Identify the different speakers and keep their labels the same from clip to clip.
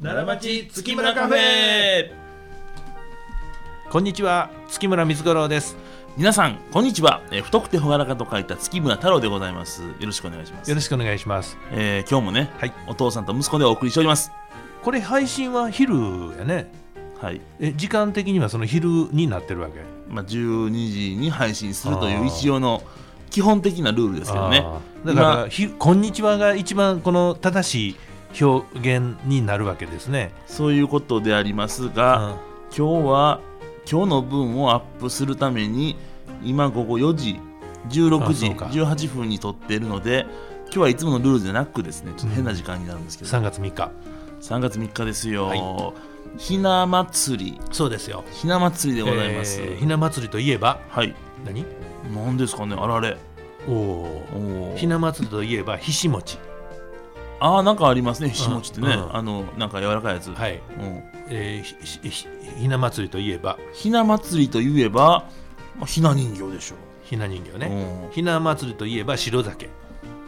Speaker 1: 奈良町月村カフェこんにちは月村光五郎です
Speaker 2: 皆さんこんにちは、えー太くて朗らかと書いた月村太郎でございますよろしくお願いします
Speaker 1: よろしくお願いします
Speaker 2: えー今日もね、
Speaker 1: はい
Speaker 2: お父さんと息子でお送りしております
Speaker 1: これ配信は昼やね
Speaker 2: はい、
Speaker 1: え時間的にはその昼になってるわけ
Speaker 2: まあ、12時に配信すると
Speaker 1: あ
Speaker 2: い
Speaker 1: ー
Speaker 2: う一応の基本的なルールですけどね
Speaker 1: あーだから、
Speaker 2: 今
Speaker 1: ひこんにちはが一番この正しい表現になるわけですね
Speaker 2: そういうことでありますが、
Speaker 1: あ
Speaker 2: 今日は今日の分をアップするために今午後4時16時
Speaker 1: あそうか
Speaker 2: 18分に撮っているので今日はいつものルールじゃなくですねちょっと変な時間になるんですけど、
Speaker 1: 3月3日
Speaker 2: 3月3日ですよ、
Speaker 1: は
Speaker 2: ひな祭り
Speaker 1: そうですよ
Speaker 2: ひな祭りでございます、
Speaker 1: えーひな祭りといえば
Speaker 2: はい
Speaker 1: 何
Speaker 2: 何ですかねあられ
Speaker 1: おお
Speaker 2: おー
Speaker 1: ひな祭りといえばひしもち
Speaker 2: あーなんかありますねひしもちってね、
Speaker 1: うんうん
Speaker 2: あのなんか柔らかいやつ、
Speaker 1: はい、
Speaker 2: うん、
Speaker 1: えーひひひひな祭りといえば
Speaker 2: ひな祭りといえばまあひな人形でしょ
Speaker 1: ひな人形
Speaker 2: う、
Speaker 1: ね、
Speaker 2: うん
Speaker 1: ひな祭りといえば白酒、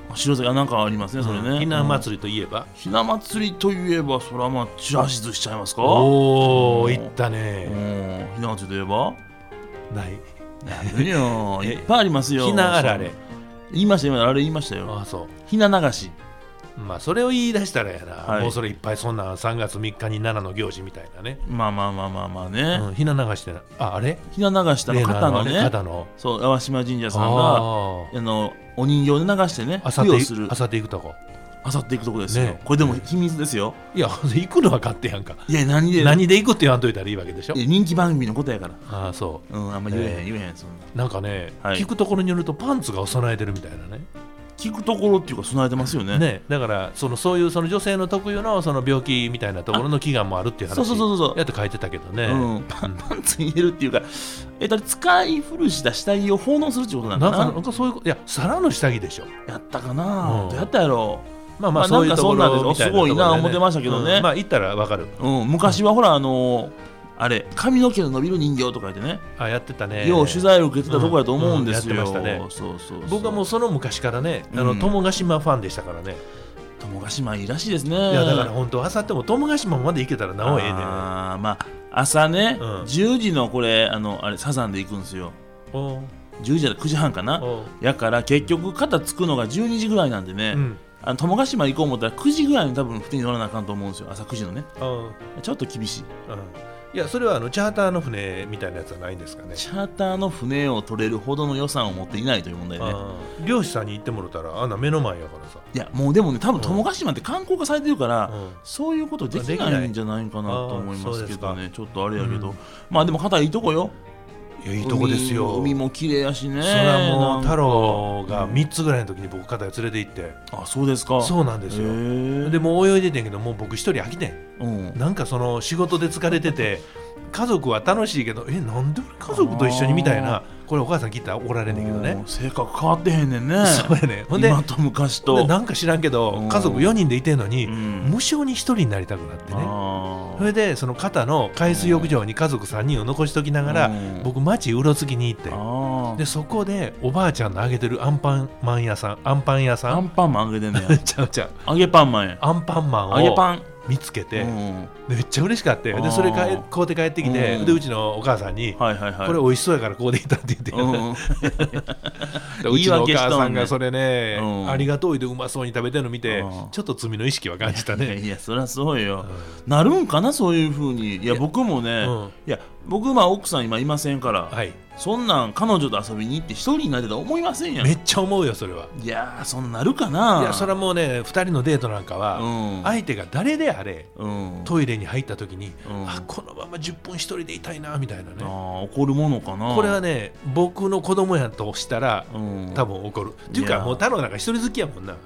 Speaker 2: あ白崎あなんかありますねそれね、
Speaker 1: うんひな
Speaker 2: り、
Speaker 1: 祭りといえば、
Speaker 2: ひな祭りといえばそらまあちらしずしちゃいますか
Speaker 1: おお
Speaker 2: うん
Speaker 1: いった
Speaker 2: うん
Speaker 1: ね、
Speaker 2: ひな祭りといえば
Speaker 1: ない
Speaker 2: 何 よいっぱいありますよ
Speaker 1: ひなあられ
Speaker 2: 言いました今あられ言いましたよ
Speaker 1: ああそ
Speaker 2: ひな流し
Speaker 1: うまあそれを言い出したらやな、
Speaker 2: はい
Speaker 1: もうそれいっぱいそんな3月3日に奈良の行事みたいなね、
Speaker 2: まあまあまあまあまあ
Speaker 1: う
Speaker 2: ね、
Speaker 1: ん、ひな流してなああれ
Speaker 2: ひな流したの
Speaker 1: 例の
Speaker 2: 肩
Speaker 1: あ
Speaker 2: の
Speaker 1: れ
Speaker 2: ね
Speaker 1: 肩の
Speaker 2: そう淡島神社さんが
Speaker 1: あ
Speaker 2: あのお人形で流してね
Speaker 1: ああさ
Speaker 2: 供
Speaker 1: て
Speaker 2: 養する
Speaker 1: あさて行くとこ
Speaker 2: あさっていくとこですよ、
Speaker 1: ね
Speaker 2: これでも秘密ですよ
Speaker 1: いや 行くのは勝手やんか
Speaker 2: いや何で
Speaker 1: 何で行くって言わんといたらいいわけでしょ
Speaker 2: いや人気番組のことやから
Speaker 1: ああそう
Speaker 2: うんあんま言えへん、
Speaker 1: ね
Speaker 2: 言えへんそんな
Speaker 1: なんかね、
Speaker 2: はい
Speaker 1: 聞くところによるとパンツがお供えてるみたいなね
Speaker 2: 聞くところっていうか備えてますよね
Speaker 1: ねだからそのそういうその女性の特有のその病気みたいなところの祈願もあるっていう話
Speaker 2: そうそうそうそう
Speaker 1: やって書いてたけどね、
Speaker 2: うん、パンパンツに入れるっていうか、えっと、あれ使い古した死体を奉納するってことな
Speaker 1: なんんか
Speaker 2: か
Speaker 1: な
Speaker 2: なん
Speaker 1: かそういうこといや皿の下着でしょ
Speaker 2: やったかな、
Speaker 1: うん
Speaker 2: どうやったやろ
Speaker 1: まあ
Speaker 2: ま
Speaker 1: ま
Speaker 2: あ
Speaker 1: あそういうとこ
Speaker 2: なんかそんなんで
Speaker 1: ろ
Speaker 2: す
Speaker 1: みたいなところでね、
Speaker 2: すごいな思ってましたけどね
Speaker 1: うんまあ行ったらわかる
Speaker 2: う、うん、昔はほらあのーあれ髪の毛の伸びる人形とか言ってね、
Speaker 1: あやってたね
Speaker 2: よう取材を受けてたとこやと思うんですよ、
Speaker 1: うんうんやってましたね
Speaker 2: そうそうそう
Speaker 1: 僕はもうその昔からねあの、
Speaker 2: うん
Speaker 1: 友ヶ島ファンでしたからね、
Speaker 2: 友ヶ島いいらしいですね
Speaker 1: いやだから本当あさっても友ヶ島まで行けたらなおええねん
Speaker 2: あーまあ朝ね、
Speaker 1: うん
Speaker 2: 10時のこれあのあれサザンで行くんですよ
Speaker 1: おう
Speaker 2: 10時だと9時半かな
Speaker 1: おう
Speaker 2: やから結局肩つくのが12時ぐらいなんでね、
Speaker 1: うん
Speaker 2: あの友ヶ島行こう思ったら9時ぐらいに多分船に乗らなあかんと思うんですよ朝9時のね
Speaker 1: おう
Speaker 2: ちょっと厳しい
Speaker 1: うんいやそれはあのチャーターの船みたいなやつはないんですかね
Speaker 2: チャーターの船を取れるほどの予算を持っていないという問題ね
Speaker 1: あー漁師さんに行ってもらったらあんな目の前やからさ、
Speaker 2: いやもうでもね多分
Speaker 1: うん
Speaker 2: 友ヶ島って観光化されてるから、
Speaker 1: うん
Speaker 2: そういうことでき
Speaker 1: できな
Speaker 2: ないいんじゃないかなと思いますけど
Speaker 1: あーそうで
Speaker 2: ねちょっとあれやけど、
Speaker 1: うん
Speaker 2: まあでも肩いいとこよ
Speaker 1: いやいいとこですよ
Speaker 2: 海海も綺麗やしね
Speaker 1: それはもう
Speaker 2: なん
Speaker 1: 太
Speaker 2: か
Speaker 1: 郎が3つぐらいの時に僕肩へ連れて行って、
Speaker 2: あそうですか
Speaker 1: そうなんですよ、
Speaker 2: へー
Speaker 1: でもう泳いでてんけどもう僕一人飽きてん
Speaker 2: うん、
Speaker 1: なんかその仕事で疲れてて家族は楽しいけどえなんで俺家族と一緒にみたいなこれお母さん聞いたら怒られんねんけど
Speaker 2: も
Speaker 1: ね
Speaker 2: う性格変わってへんねんね
Speaker 1: そうやねほんで
Speaker 2: 今と昔と
Speaker 1: でなんか知らんけど
Speaker 2: うん
Speaker 1: 家族4人でいてんのに、
Speaker 2: うん
Speaker 1: 無性に一人になりたくなってね
Speaker 2: あー
Speaker 1: それでその肩の海水浴場に家族3人を残しときながら、
Speaker 2: うん
Speaker 1: 僕町うろつきに行って
Speaker 2: あー
Speaker 1: でそこでおばあちゃんのあげてるアンパンマン屋さんアンパン屋さ
Speaker 2: ア
Speaker 1: ん
Speaker 2: ンパンマンあげてんねや
Speaker 1: ちゃうちゃう
Speaker 2: 揚げパンマンや
Speaker 1: アンパンマン
Speaker 2: 揚げ
Speaker 1: を
Speaker 2: パン
Speaker 1: 見つけて、
Speaker 2: うん
Speaker 1: でめっちゃ嬉しかったよ
Speaker 2: あ
Speaker 1: で
Speaker 2: ー
Speaker 1: それ買え買うて帰ってきて、
Speaker 2: うん
Speaker 1: でうちのお母さんに、
Speaker 2: はいはいはい
Speaker 1: これ美味しそうやからこうでいたって言って、
Speaker 2: うん、
Speaker 1: でうちのお母さん
Speaker 2: 言い訳しとんね
Speaker 1: がそれね、
Speaker 2: うん
Speaker 1: ありがとうでうまそうに食べてるの見て、
Speaker 2: うん
Speaker 1: ちょっと罪の意識は感じた
Speaker 2: いや
Speaker 1: ね。
Speaker 2: いやそりゃそうよ、
Speaker 1: うん
Speaker 2: なるんかなそういうふうにいや僕もね、
Speaker 1: うん
Speaker 2: いや僕まあ奥さん今いませんから、
Speaker 1: はい、
Speaker 2: そんなん彼女と遊びに行って一人になってたら思いませんやん
Speaker 1: め
Speaker 2: い
Speaker 1: っちゃ思うよそれは。
Speaker 2: やーそんなるかない
Speaker 1: いやそれはもうね2人のデートなんかは、
Speaker 2: うん
Speaker 1: 相手が誰であれ
Speaker 2: うん
Speaker 1: トイレに入った時に、
Speaker 2: うん
Speaker 1: あこのまま10分一人でいたいなみたいな
Speaker 2: あ
Speaker 1: ね
Speaker 2: ー怒るものかな
Speaker 1: これはね僕の子供やとしたら
Speaker 2: うん
Speaker 1: 多分怒るっていう
Speaker 2: い
Speaker 1: か
Speaker 2: や
Speaker 1: もう太郎なんか一人好きやもんな、
Speaker 2: い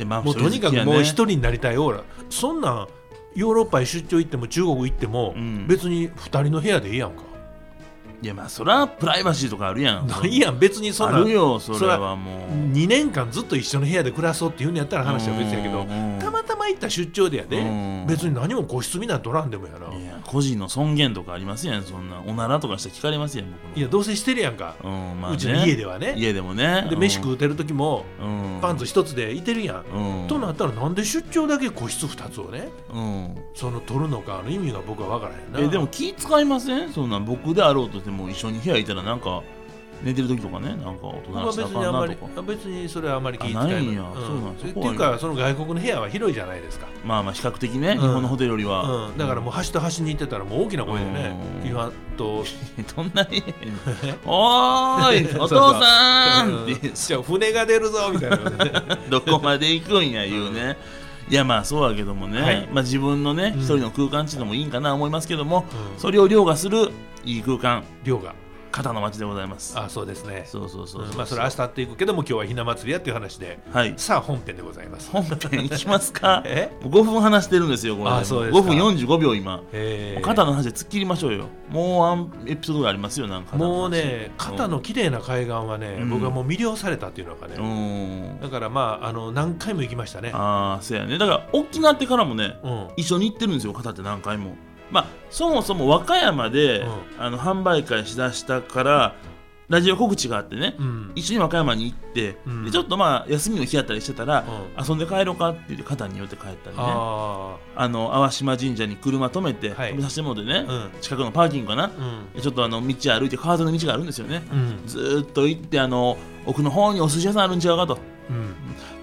Speaker 2: やまあ
Speaker 1: もうとにかくも
Speaker 2: 人
Speaker 1: う一人になりたいオーラそんなんヨーロッパへ出張行っても中国行っても、
Speaker 2: うん
Speaker 1: 別に2人の部屋でいいやんか
Speaker 2: いやまあそらプライバシーとかあるやん
Speaker 1: ないやん別にそん
Speaker 2: あ
Speaker 1: な
Speaker 2: るよそれはもう
Speaker 1: 2年間ずっと一緒の部屋で暮らそうっていうんやったら話は別やけど
Speaker 2: うん
Speaker 1: たまたま行った出張でやで
Speaker 2: うん
Speaker 1: 別に何も個室見な取らんでもやない
Speaker 2: や個人の尊厳とかありますやんそんなおならとかしたら聞かれますやん僕の
Speaker 1: いやどうせしてるやんか
Speaker 2: うんまあね、
Speaker 1: うちの家ではね
Speaker 2: 家でもね
Speaker 1: で飯食
Speaker 2: う
Speaker 1: うてる時も
Speaker 2: ん、
Speaker 1: パンツ一つでいてるやん
Speaker 2: うん
Speaker 1: となったらなんで出張だけ個室二つをね
Speaker 2: うん
Speaker 1: その取るのかの意味が僕は分からへんな
Speaker 2: えでも気使いませんそんなん僕であろうとしても一緒に部屋いたらなんか寝てる時とかねなんか大人
Speaker 1: 僕は
Speaker 2: なし
Speaker 1: 別
Speaker 2: たらあ
Speaker 1: にあん
Speaker 2: か
Speaker 1: ま
Speaker 2: んな
Speaker 1: り
Speaker 2: とか
Speaker 1: あ別にそれはあんまり気遣い
Speaker 2: あないんや
Speaker 1: う
Speaker 2: そうなん
Speaker 1: って
Speaker 2: そ
Speaker 1: い
Speaker 2: こは
Speaker 1: うかその外国の部屋は広いじゃないですか
Speaker 2: まあまあ比較的ね、
Speaker 1: ん
Speaker 2: 日本のホテルよりは、
Speaker 1: うん、だからもう端と端に行ってたらもう大きな声でね
Speaker 2: うん
Speaker 1: 言わんと
Speaker 2: どんな 家やねんおーい お父さん って
Speaker 1: じゃあ船が出るぞみたいなことでね
Speaker 2: どこまで行くんやいうね、いやまあそうやけどもね、
Speaker 1: はい
Speaker 2: まあ、自分のね
Speaker 1: うん
Speaker 2: 一人の空間っていうのもいいんかな思いますけども、
Speaker 1: うん
Speaker 2: それを凌駕するいい空間
Speaker 1: 量が
Speaker 2: 肩の街でございます
Speaker 1: あそうですね
Speaker 2: そうそうそう
Speaker 1: う
Speaker 2: うん
Speaker 1: まあそれは明日っていくけども今日はひな祭りやっていう話で
Speaker 2: はい
Speaker 1: さあ本編でございます
Speaker 2: 本編いきますか
Speaker 1: え
Speaker 2: 5分話してるんですよこれ
Speaker 1: あそうですか
Speaker 2: 5分45秒今、
Speaker 1: えー
Speaker 2: 肩の話で突っ切りましょうよもうあんエピソードがありますよなんか
Speaker 1: もうね肩の
Speaker 2: う
Speaker 1: 綺麗な海岸はね、
Speaker 2: うん
Speaker 1: 僕はもう魅了されたっていうのがね、
Speaker 2: ん
Speaker 1: だからまああの何回も行きましたね
Speaker 2: ああそうやねだから大きなってからもね
Speaker 1: うん
Speaker 2: 一緒に行ってるんですよ肩って何回もまあそもそも和歌山で、
Speaker 1: うん
Speaker 2: あの販売会しだしたからラジオ告知があってね、
Speaker 1: うん
Speaker 2: 一緒に和歌山に行って、
Speaker 1: うん
Speaker 2: でちょっとまあ休みの日やったりしてたら、
Speaker 1: う
Speaker 2: 遊んで帰ろうかって言って肩に寄って帰ったりねあ
Speaker 1: あ
Speaker 2: の淡島神社に車止めて、
Speaker 1: はい
Speaker 2: 止めさせてもらってね、
Speaker 1: うん
Speaker 2: 近くのパーキングかな
Speaker 1: あうん
Speaker 2: でちょっとあの道歩いて川沿いの道があるんですよね、
Speaker 1: うん
Speaker 2: ずーっと行ってあの奥の方にお寿司屋さんあるんちゃうかと
Speaker 1: うん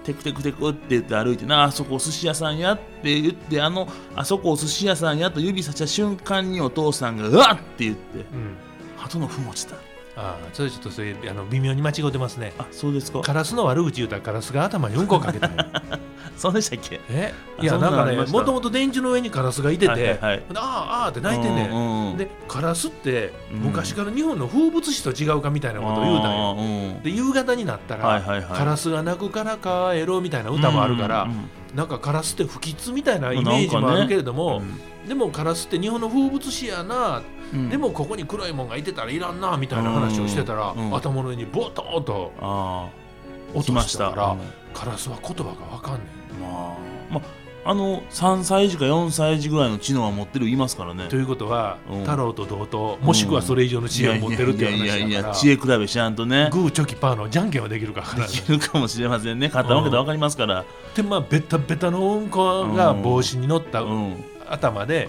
Speaker 2: テクテクテクって言って歩いてなあそこお寿司屋さんやって言ってあのあそこお寿司屋さんやと指さした瞬間にお父さんがうわっって言って
Speaker 1: うん
Speaker 2: 鳩の糞落ちた
Speaker 1: ああそれちょっとそれあの微妙に間違ってますね
Speaker 2: あそうですか
Speaker 1: カラスの悪口言うたらカラスが頭にうんこをかけたんよ
Speaker 2: そうでしたっけ
Speaker 1: え
Speaker 2: あ
Speaker 1: いや
Speaker 2: そんな
Speaker 1: なん
Speaker 2: ん
Speaker 1: か
Speaker 2: あり
Speaker 1: ね
Speaker 2: ました
Speaker 1: もともと電柱の上にカラスがいてて、
Speaker 2: はいはいはい
Speaker 1: でああああって泣いてんねん
Speaker 2: ね
Speaker 1: でカラスって
Speaker 2: うん
Speaker 1: 昔から日本の風物詩と違うかみたいなことを言うたんよ
Speaker 2: よ
Speaker 1: で夕方になったら、
Speaker 2: はいはいはい
Speaker 1: カラスが鳴くから帰ろうみたいな歌もあるから、なんかカラスって不吉みたいなイメージもあるけれども、でもカラスって日本の風物詩やな、でもここに黒いもんがいてたらいらんなみたいな話をしてたら、
Speaker 2: うんうん
Speaker 1: 頭の上にボトンと
Speaker 2: ああ
Speaker 1: 落
Speaker 2: 来
Speaker 1: と
Speaker 2: ま
Speaker 1: し
Speaker 2: したた
Speaker 1: から
Speaker 2: うん
Speaker 1: カラスは言葉が分かんね
Speaker 2: まあまああの3歳児か4歳児ぐらいの知能は持ってる言いますからね
Speaker 1: えということは、
Speaker 2: うん
Speaker 1: 太郎と同等もしくはそれ以上の知恵を持ってるっていう
Speaker 2: やいやい
Speaker 1: 話
Speaker 2: やい
Speaker 1: だか
Speaker 2: や
Speaker 1: ら
Speaker 2: 知恵比べしちゃんとね
Speaker 1: グーチョキパーのじゃんけんはできるか
Speaker 2: で
Speaker 1: ら
Speaker 2: きるかもしれませんね肩分けたら分かりますから
Speaker 1: でまあベタベタのうんこが帽子に乗った
Speaker 2: うんうん
Speaker 1: 頭で、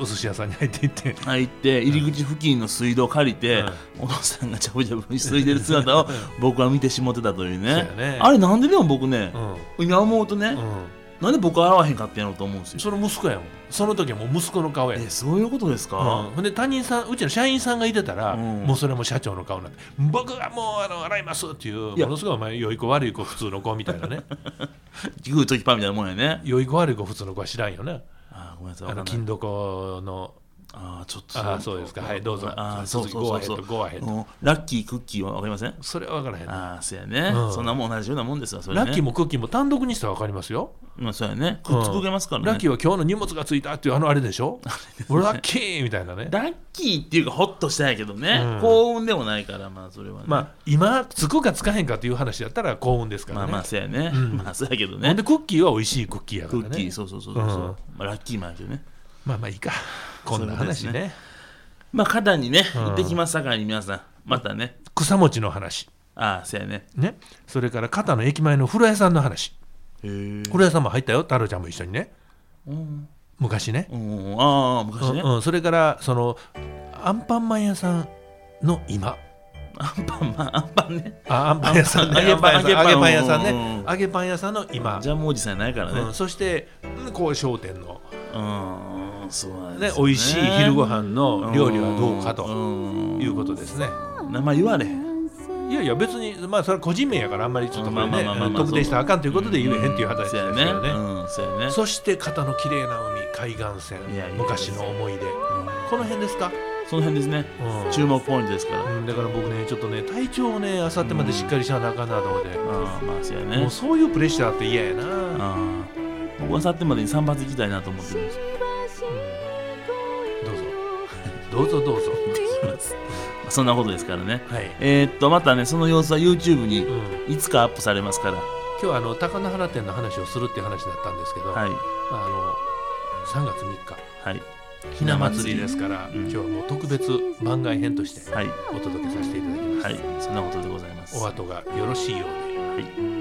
Speaker 1: お寿司屋さんに入っていって。
Speaker 2: 入って入り口付近の水道を借りてお父さんがジャブジャブにすいでる姿を僕は見てしもってたという
Speaker 1: そうや
Speaker 2: ね
Speaker 1: ね
Speaker 2: あれなんででも僕ね
Speaker 1: うん
Speaker 2: 今思うとね
Speaker 1: う
Speaker 2: なんで僕会わへんかったんやろうと思うんです
Speaker 1: ん、
Speaker 2: よ
Speaker 1: その息子やもんその時はもう息子の顔やねん
Speaker 2: えそういうことですか
Speaker 1: うん、ほんで他人さんうちの社員さんがいてたら、
Speaker 2: うん
Speaker 1: もうそれも社長の顔になって僕がもうあの洗いますっていうも
Speaker 2: いや
Speaker 1: のすごいお前良い子悪い子普通の子みたい なね
Speaker 2: グーチョキパーみたいなもんやね
Speaker 1: 良い子悪い子普通の子は知らんよね
Speaker 2: あーごめんなさい
Speaker 1: あ
Speaker 2: わか
Speaker 1: の
Speaker 2: んない
Speaker 1: 金床の
Speaker 2: あーちょっと
Speaker 1: ああそうですかはいどうぞ
Speaker 2: あーそうそうそうそう
Speaker 1: 続き Go ahead, go ahead
Speaker 2: うんラッキークッキーは分かりません
Speaker 1: それは分からへん
Speaker 2: ああそうやね
Speaker 1: うん
Speaker 2: そんなもん同じようなもんですわそれね
Speaker 1: ラッキーもクッキーも単独にしたら分かりますよ、
Speaker 2: まあそうやねくっつけますからね
Speaker 1: ラッキーは今日の荷物がついたっていうあのあれで しょラッキーみたいなね
Speaker 2: ラッキーっていうかホッとしたんやけどね、
Speaker 1: うん
Speaker 2: 幸運でもないからまあそれはね、
Speaker 1: まあ今つくかつかへんかという話だったら幸運ですから
Speaker 2: まあ
Speaker 1: ね、
Speaker 2: まあそうやね、
Speaker 1: うん
Speaker 2: まあそうやけど
Speaker 1: ほ
Speaker 2: ね
Speaker 1: んでクッキーは美味しいクッキーやか
Speaker 2: ク
Speaker 1: ら
Speaker 2: ッキ
Speaker 1: ね
Speaker 2: ーそうそうそうそう、
Speaker 1: うん
Speaker 2: まあ、ラッキーもあるけどね
Speaker 1: まあまあいいかこんな話
Speaker 2: そういうこと
Speaker 1: ね
Speaker 2: まあ肩にね
Speaker 1: うん
Speaker 2: 行ってきますさかいに皆さんまたね
Speaker 1: 草餅の話
Speaker 2: ああそうやね
Speaker 1: ねそれから肩の駅前の風呂屋さんの話
Speaker 2: へえ
Speaker 1: 風呂屋さんも入ったよ太郎ちゃんも一緒にね
Speaker 2: うん、
Speaker 1: 昔ね
Speaker 2: うん、ああ昔ね、
Speaker 1: うんうんそれからそのアンパンマン屋さんの今
Speaker 2: アンパンマンアンパンね
Speaker 1: あアンパン屋さんね
Speaker 2: 揚げパン
Speaker 1: 揚げパン屋さ
Speaker 2: 揚
Speaker 1: ん
Speaker 2: げパンうんうんう
Speaker 1: ね
Speaker 2: ん
Speaker 1: 揚げパン屋さんの今
Speaker 2: ジャムおじさんやないからね
Speaker 1: うんそしてうんこう商店の
Speaker 2: うん、そうなんで
Speaker 1: ね
Speaker 2: すよ
Speaker 1: 美味しい昼ご飯の料理はどうかと
Speaker 2: と
Speaker 1: いうことですね
Speaker 2: 名前言われへん
Speaker 1: いやいや別にまあそれは個人名やからあんまりちょっとこれ
Speaker 2: まあまあまあ
Speaker 1: ね
Speaker 2: まあ
Speaker 1: 特定したらあかんということで言えへんっていう話です
Speaker 2: そう
Speaker 1: よ
Speaker 2: や
Speaker 1: ね
Speaker 2: ねうんそうやね
Speaker 1: そして肩の綺麗な海海岸線
Speaker 2: いやいや
Speaker 1: 昔の思い出
Speaker 2: うん
Speaker 1: この辺ですか、
Speaker 2: その辺ですね
Speaker 1: うん
Speaker 2: 注目ポイントですから
Speaker 1: うんだから僕ねちょっとね体調をねあさってまでしっかりしなあかんなと思って、
Speaker 2: ああまあそうや
Speaker 1: も
Speaker 2: ね
Speaker 1: うそういうプレッシャーって嫌やな、
Speaker 2: ああ僕はさってまでに散髪行きたいなと思ってるんです
Speaker 1: うんどうぞどうぞどうぞ
Speaker 3: 「
Speaker 2: ますそんなことですからね
Speaker 1: はい、
Speaker 2: えーっとまたねその様子は YouTube に
Speaker 1: うん、今
Speaker 2: いつかアップされますからは
Speaker 1: 日はあの高野原店の話をするっていう話だったんですけど、
Speaker 2: い
Speaker 1: あの3月3
Speaker 2: は
Speaker 1: 日
Speaker 2: い
Speaker 1: ひな祭りですから、
Speaker 2: うん
Speaker 1: 今日はもう特別番外編として
Speaker 2: はい
Speaker 1: お届けさせていただきます、
Speaker 2: はいそんなことでございます
Speaker 1: お後がよろしいようで
Speaker 2: はい